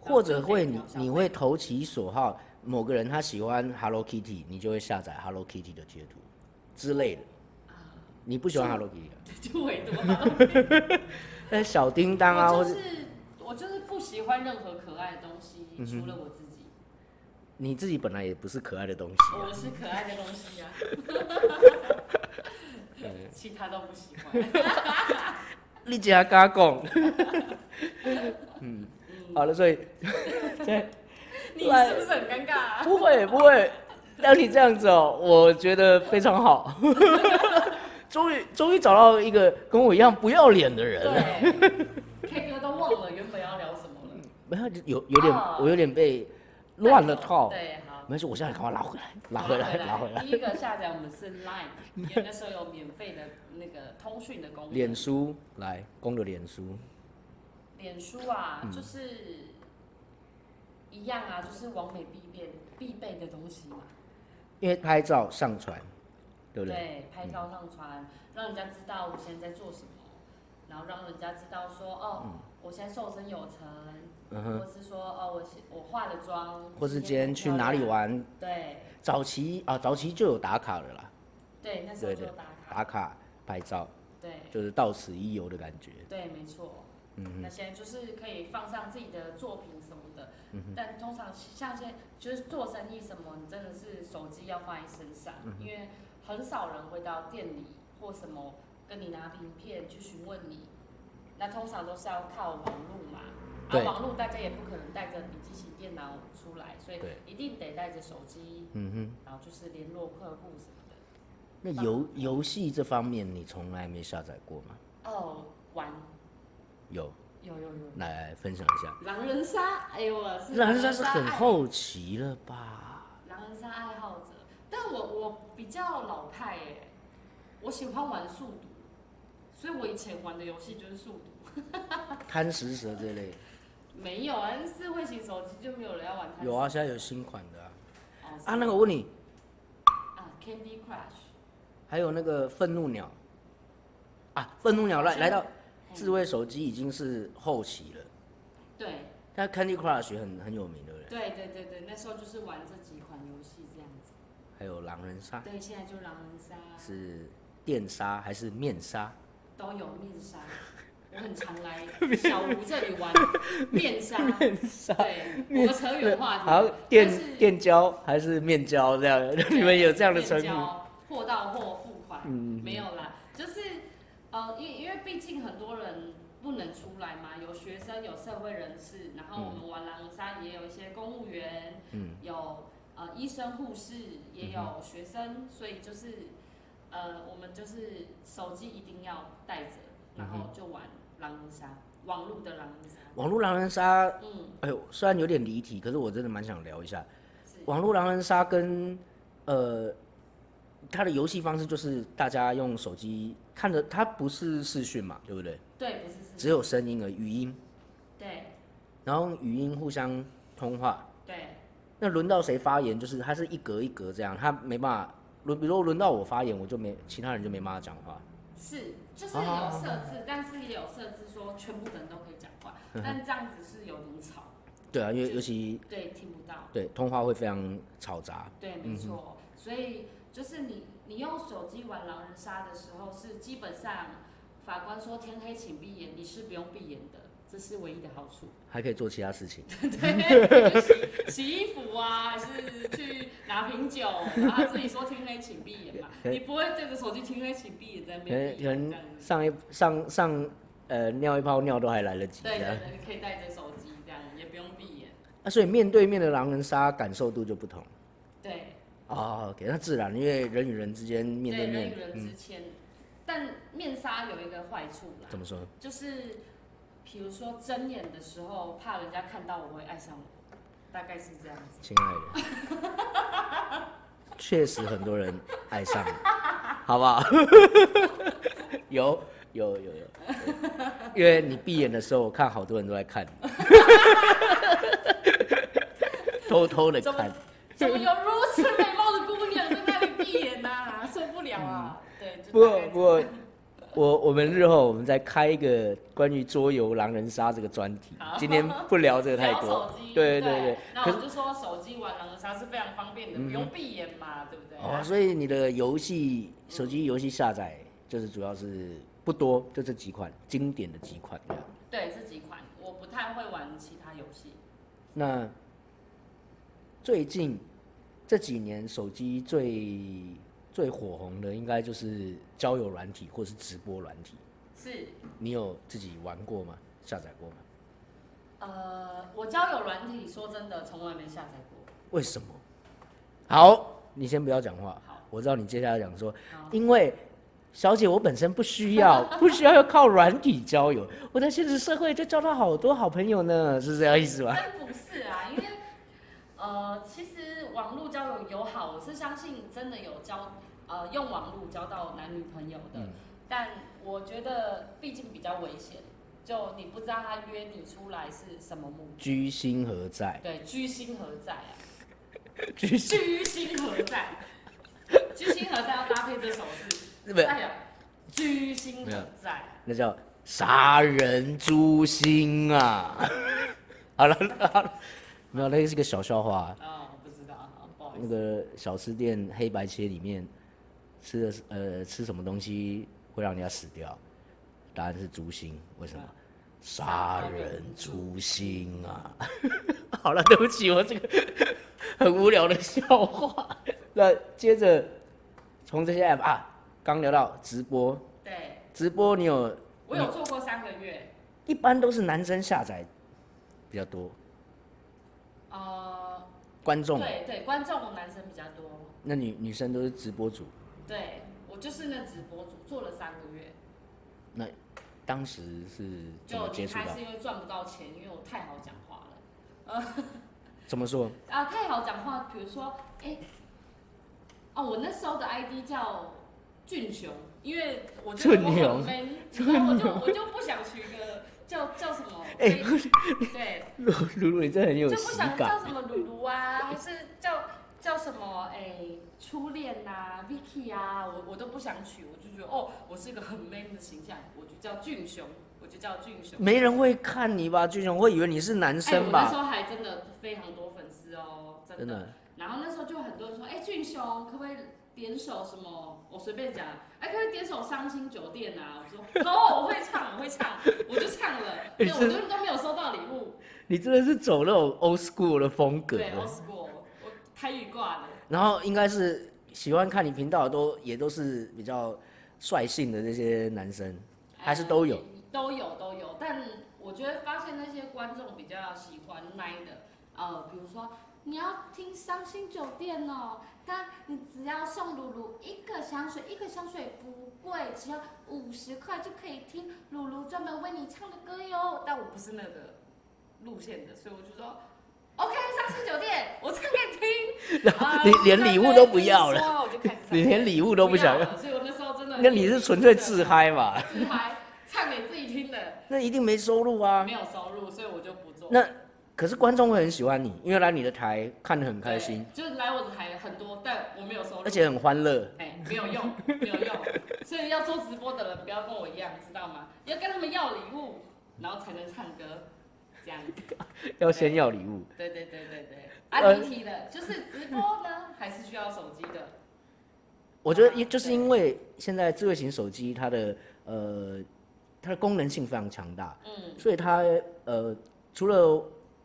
或者会你然后就可以聊小慧你会投其所好，某个人他喜欢 Hello Kitty，你就会下载 Hello Kitty 的贴图之类的。你不喜欢 Hello Kitty，啊就会多好。但是小叮当啊，我或就者嗯是我就是不喜欢任何可爱的东西，除了我自己，你自己本来也不是可爱的东西我啊，是可爱的东西啊，其他都不 喜欢。你只要跟他讲， 嗯，好了，所以在你是不是很尴尬、啊？不会不会，当你这样子哦，我觉得非常 好。终于终于找到一个跟我一样不要脸的人了，对，K 哥都忘了原本要聊什么了，没有有有点、哦我有点被嗯乱了套。对，好。没事，我现在赶快拉回来，拉回来，拉回来。第一个下载我们是 Line，因为那时候有免费的那个通讯的功能。脸书来公的脸书，脸书嗯啊，就是一样啊，就是完美必备必备的东西嘛。因为拍照上传，对嗯不对？拍照上传，让人家知道我现在在做什么，然后让人家知道说哦，我现在瘦身有成，嗯哼，或是说哦，我现我化了妆，或是今天去哪里？玩，对早期啊早期就有打卡了啦，对，那时候对就对打卡，打卡拍照对就是到此一游的感觉。对，没错。嗯那现在就是可以放上自己的作品什么的，嗯但通常像现在就是做生意什么，你真的是手机要放在身上，嗯因为很少人会到店里或什么跟你拿名片去询问你，那通常都是要靠网络嘛，啊对网络大家也不可能带着笔记型电脑出来，所以对一定得带着手机，嗯哼。然后就是联络客户什么的。那游游戏这方面，你从来没下载过吗？哦，玩有，有有有，来分享一下。狼人杀，哎呦我是那还是很爱好奇了吧？狼人杀爱好者，但我我比较老派耶、我喜欢玩速读，所以我以前玩的游戏就是速读。贪食蛇这类没有啊，但是智慧型手机就没有人要玩它。有啊，现在有新款的啊。哦，是啊，那个我问你，啊，Candy Crush，还有那个愤怒鸟啊，愤怒鸟好来像来到智慧手机已经是后期了，对但 Candy Crush 很很有名，对不对？对对对对，那时候就是玩这几款游戏这样子。还有狼人杀对，现在就狼人杀是电杀还是面杀？都有面杀，我很常 来小吴这里玩面杀。杀对，我们扯远话题。好，但是电电胶还是面胶这样？ 你们有这样的称面呼？交货到货付款，嗯没有啦，就是呃，因因为毕竟很多人不能出来嘛，有学生，有社会人士，然后我们玩狼人杀也有一些公务员，嗯，有呃医生、护士，也有学生，所以就是嗯呃，我们就是手机一定要带着，然后就玩狼人杀。网络的狼人杀？网络狼人杀，嗯，哎呦，虽然有点离题，可是我真的蛮想聊一下是，网络狼人杀跟呃，它的游戏方式就是大家用手机看着，它不是视讯嘛，对不对？对，不是是，只有声音而已语音，对然后用语音互相通话。对那轮到谁发言，就是它是一格一格这样，它没办法轮，比如说轮到我发言，我就没其他人就没办法讲话。是，就是有啊设置，但是也有设置说全部人都可以讲 话，嗯但这样子是有点吵，对啊，因为尤其对，听不到。对通话会非常嘈杂。对，没错。所以就是你你用手机玩狼人杀的时候，是基本上法官说天黑请闭眼，你是不用闭眼的，这是唯一的好处。 还可以做其他事情， 对，就洗洗衣服啊，还是去拿瓶酒，然后自己说天黑请闭 眼嘛，对你不会对着手机天黑请闭眼在那可能边可闭眼能这样子。上一上上呃尿一泡尿都还来得及这对样对。对，可以带着手机这样，也不用闭眼。那、所以面对面的狼人杀感受度就不同对，哦。OK，那自然，因为人与人之间面对对人与面，人嗯，之间，但面纱有一个坏处啦，怎么说？就是比如说睁眼的时候，怕人家看到我会爱上我，大概是这样 子。亲爱的，确实很多人爱上了，好不好？ 有有有有有因为你闭眼的时候，我看好多人都在看你， 偷偷的怎么看。怎么有如此美貌的姑娘在那里闭 眼呐、啊？受不了啊！对，就不过大概嗯不过，我我们日后我们再开一个关于桌游狼人杀这个专题好，今天不聊这个太聊多手机，。对对对那可我是嗯就说手机玩狼人杀是非常方便的，不用闭眼嘛，对不对？哦，所以你的游戏手机游戏下载就是主要是不多，就这几款经典的几款这样。对，这几款我不太会玩其他游戏。那最近这几年手机最最火红的应该就是交友软体或是直播软体，是，你有自己玩过吗？下载过吗？呃，我交友软体说真的从来没下载过。为什么？好，你先不要讲话好。我知道你接下来讲说，好因为小姐我本身不需 要，不需要要靠软体交友，我在现实社会就交到好多好朋友呢，是这样意思 吗？真不是啊，因为呃，其实网络交友友好，我是相信真的有交呃用网络交到男女朋友的，嗯但我觉得毕竟比较危险，就你不知道他约你出来是什么目的。居心何在？对，居心何在啊？居心居心何在？居心何在要搭配这首字，不，哎呀，居心没有何在？那叫杀人诛心啊！ 好了好了，没有，那个是个小笑话。啊、我不知道，啊，不好意那思。个小吃店黑白切里面吃的是呃吃什么东西会让人家死掉？答案是猪心，为啊什么？杀人诛心啊！ 好了，对不起，我这个很无聊的笑话。那接着从这些 app 啊，刚聊到直播，对，直播你有我有做过三个月，一般都是男生下载比较多，呃，观众对对，观众男生比较多。那女女生都是直播主。对我就是那直播主，做了三个月，那当时是怎就么接离触开到是？因为赚不到钱，因为我太好讲话了怎么说？啊，太好讲话。比如说，哎、哦，我那时候的 ID 叫俊雄，因为我觉得我 俊雄很 man，然后我就我就不想取一个叫叫什么，哎非对， 露露露，你真的很有就不喜想感叫。什么鲁鲁啊， 还是叫叫什么哎、初恋呐、Vicky 啊，我我都不想取，我就觉得哦，我是一个很 man 的形象，我就叫俊雄，我就叫俊雄。没人会看你吧，俊雄会以为你是男哎，我生那吧？时候还真的非常多粉丝哦，真的。真的，然后那时候就很多人说，哎、俊雄可不可以点首什么？我随便讲，哎、可不可以点首《伤心酒店》啊？我说 no，我会唱，我会唱，我就唱 了。对，我真都都没有收到礼物，你真的是走那种 old school 的风格。对，old school，我台语挂的。然后应该是喜欢看你频道的都也都是比较率性的这些男生，还是都有呃都有都有，但我觉得发现那些观众比较喜欢奶的，呃，比如说你要听《伤心酒店》哦，那你只要送露露一个香水，一个香水不贵，只要五十块就可以听露露专门为你唱的歌哟。但我不是那个路线的，所以我就说 OK，上次酒店，我唱给听，然后啊你连礼物都不要了，了，我就开始 唱你连礼物都不想要要，了，所以我那时候真的， 那你是纯粹自嗨吧？自嗨，唱给自己听的，那一定没收入啊没。有收入，所以我就不做。那可是观众会很喜欢你，因为来你的台看得很开心，对，就是来我的台很多，但我没有收入，而且很欢乐。哎、没有用，没有 用，所以要做直播的人不要跟我一样，知道吗？要跟他们要礼物，然后才能唱歌，这样子。要先要礼物，对对对对对，呃啊，离题了，就是直播呢，还是需要手机的。我觉得也就是因为现在智慧型手机它的呃它的功能性非常强大，嗯所以它呃，除了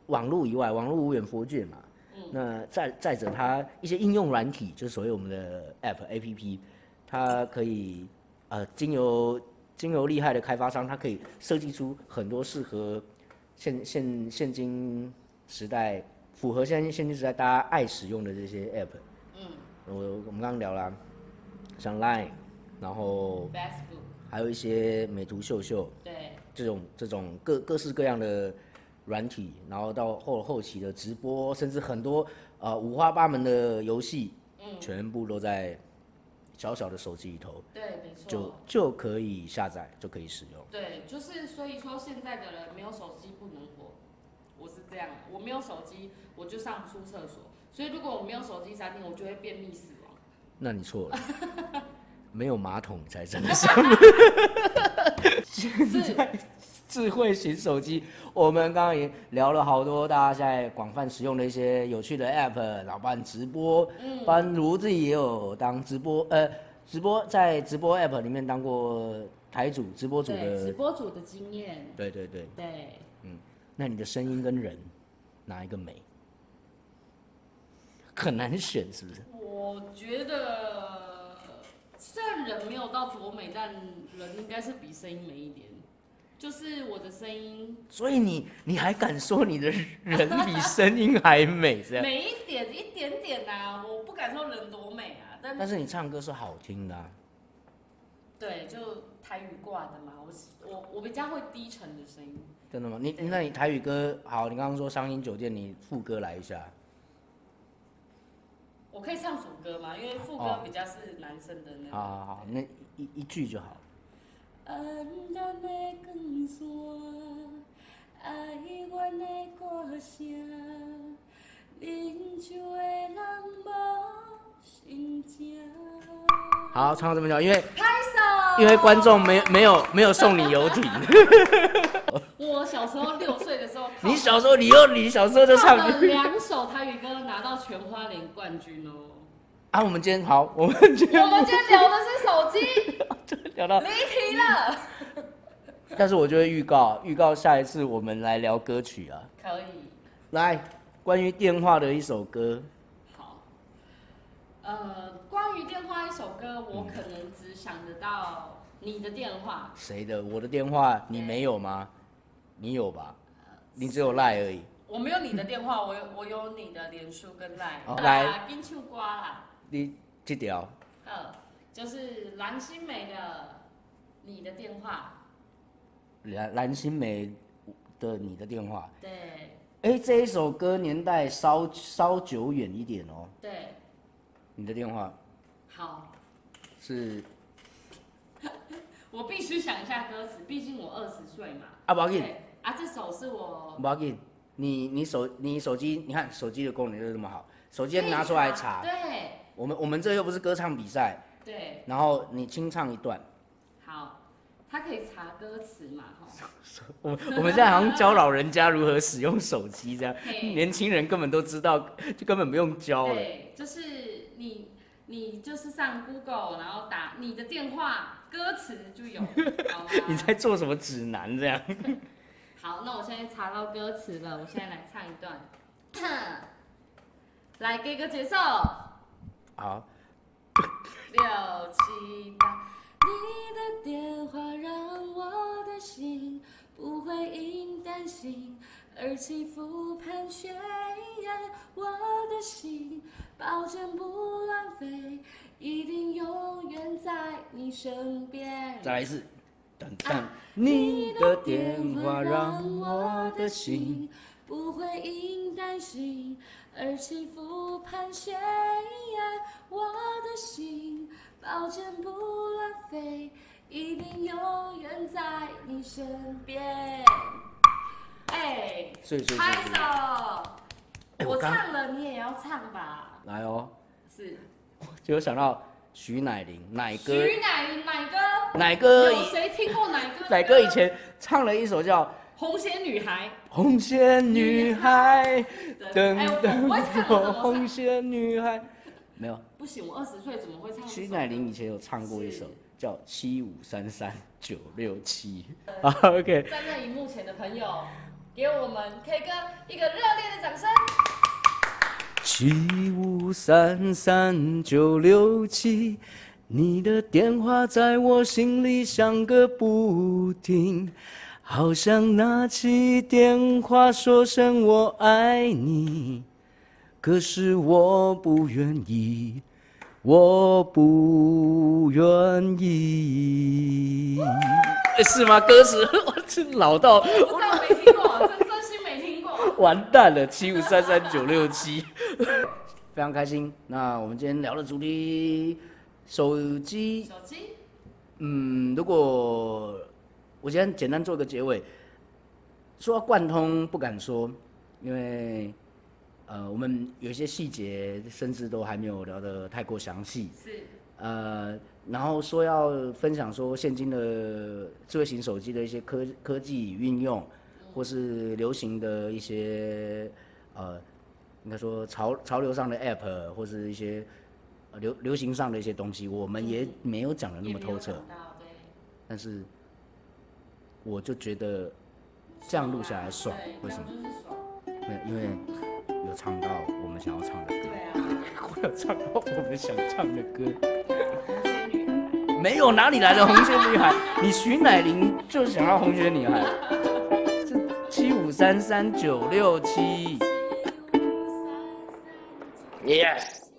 网络以外，网络无远佛界嘛。嗯，那再再者，它一些应用软体，就是所谓我们的 App A P P，它可以呃，经由经由厉害的开发商，它可以设计出很多适合现现现今时代符合现现今时代大家爱使用的这些 App。嗯我我们刚刚聊了啊，像 Line，然后，Facebook，还有一些美图秀秀，对，这种这种各各式各样的软体，然后到后后期的直播，甚至很多呃五花八门的游戏，嗯全部都在小小的手机里头对，没就错，就可以下载，就可以使用。对，就是所以说现在的人没有手机不能活，我是这样的，我没有手机我就上不出厕所，所以如果我没有手机三天，我就会便秘死 亡。那你 错了，没有马桶才真的是是，智慧型手机。我们刚刚也聊了好多大家现在广泛使用的一些有趣的 App，老办直播，嗯，班如自己也有当直播，呃，直播在直播 app 里面当过台主、直播主对，直的，播主的经验，对对对。对，那你的声音跟人哪一个美？很难选，是不是？我觉得虽然人没有到多美，但人应该是比声音美一点。就是我的声音所以你你还敢说你的人比声音还美，这样？美一点，一点点呐、我不敢说人多美啊，但但是你唱歌是好听的、啊，对，就台语挂的嘛，我是我我比较会低沉的声音，真的吗？你对那你台语歌好，你刚刚说《伤心酒店》，你副歌来一下。我可以唱主歌嘛，因为副歌哦比较是男生的那好个。好好，那一一句就好。俺咱的光线，爱阮的歌声，面上的人无心情。好，唱到这么久，因为拍手，因为观众没没有没有送你游艇。，我小时候六岁的时候你小时候，你又你小时候就唱了 唱两首台语歌，拿到全花莲冠军哦。啊！我们今天好，我们今我们今天聊的是手机， 天聊到，离题了。但是我就会预告，预告下一次我们来聊歌曲啊。可以，来，关于电话的一首歌，好。呃，关于电话一首歌，我可能只想得到你的电话，谁的？我的电话你没有吗？你有吧？你只有赖而已。我没有你的电话，我有我有你的脸书跟 line，好来啊，金秋瓜啦，你这条呃，就是蓝心湄的你的电话，蓝蓝心湄的你的电话。对哎，这一首歌年代稍稍久远一点哦。对，你的电话好，是我必须想一下歌词，毕竟我二十岁嘛，阿宝给。对啊，这首是我不要紧，你你手你手机，你看手机的功能就是这么好，手机拿出来查。对我们我们这又不是歌唱比赛，对，然后你清唱一段。 好，他可以查歌词嘛，哈， 我们我们现在好像教老人家如何使用手机这样， 嘿年轻人根本都知道，就根本不用教了。对，就是你你就是上 Google，然后打你的电话歌词 就有，好吗你在做什么指南这样？好，那我现在查到歌词了，我现在来唱一段， 来给个节奏，好，六七八，你的电话让我的心不会因担心而而起伏盘旋，我的心保证不浪费，一定永远在你身边。再来一次，噔啊噔。你的电话让我的心不会因担心而起伏盘旋，我的心保证不浪费，一定永远在你身边。哎，所以所以所以拍所以，手！哎我我刚唱了，你也要唱吧？来哦，是就想到徐乃麟，乃哥，徐乃麟乃哥，乃哥以，有谁听过乃哥？乃哥以前唱了一首叫《红鞋女孩，红线女孩》，对哎我等我会唱我怎么我唱红线女孩，没有，不行，我二十岁怎么会唱这首歌？徐乃麟以前有唱过一首是叫《七五三三九六七》好，OK，站在荧幕前的朋友，给我们 K 哥一个热烈的 掌声。七五三三九六七，你的电话在我心里响个不停，好想拿起电话说声我爱你，可是我不愿意，我不愿意。哎是吗？歌词 我是老到我真的没听过，真真心没听过。完蛋了，七五三三九六七， 非常开心。那我们今天聊的主题，手机，手机，嗯，如果我先简单做个结尾，说要贯通不敢说，因为呃，我们有一些细节甚至都还没有聊得太过详细。是呃，然后说要分享说现今的智慧型手机的一些科科技运用，或是流行的一些呃，应该说潮潮流上的 App 或是一些呃流流行上的一些东西，我们也没有讲的那么透彻嗯也没有，想到对但是我就觉得这样录下来爽，对为什么？这样就是爽。没有因为有唱到我们想要唱的歌， 对啊，有唱到我们想唱的歌。红鞋女孩。没有哪里来的红鞋女孩？你徐乃麟就是想要红鞋女孩。这七五三三九六七七五三三九，yes。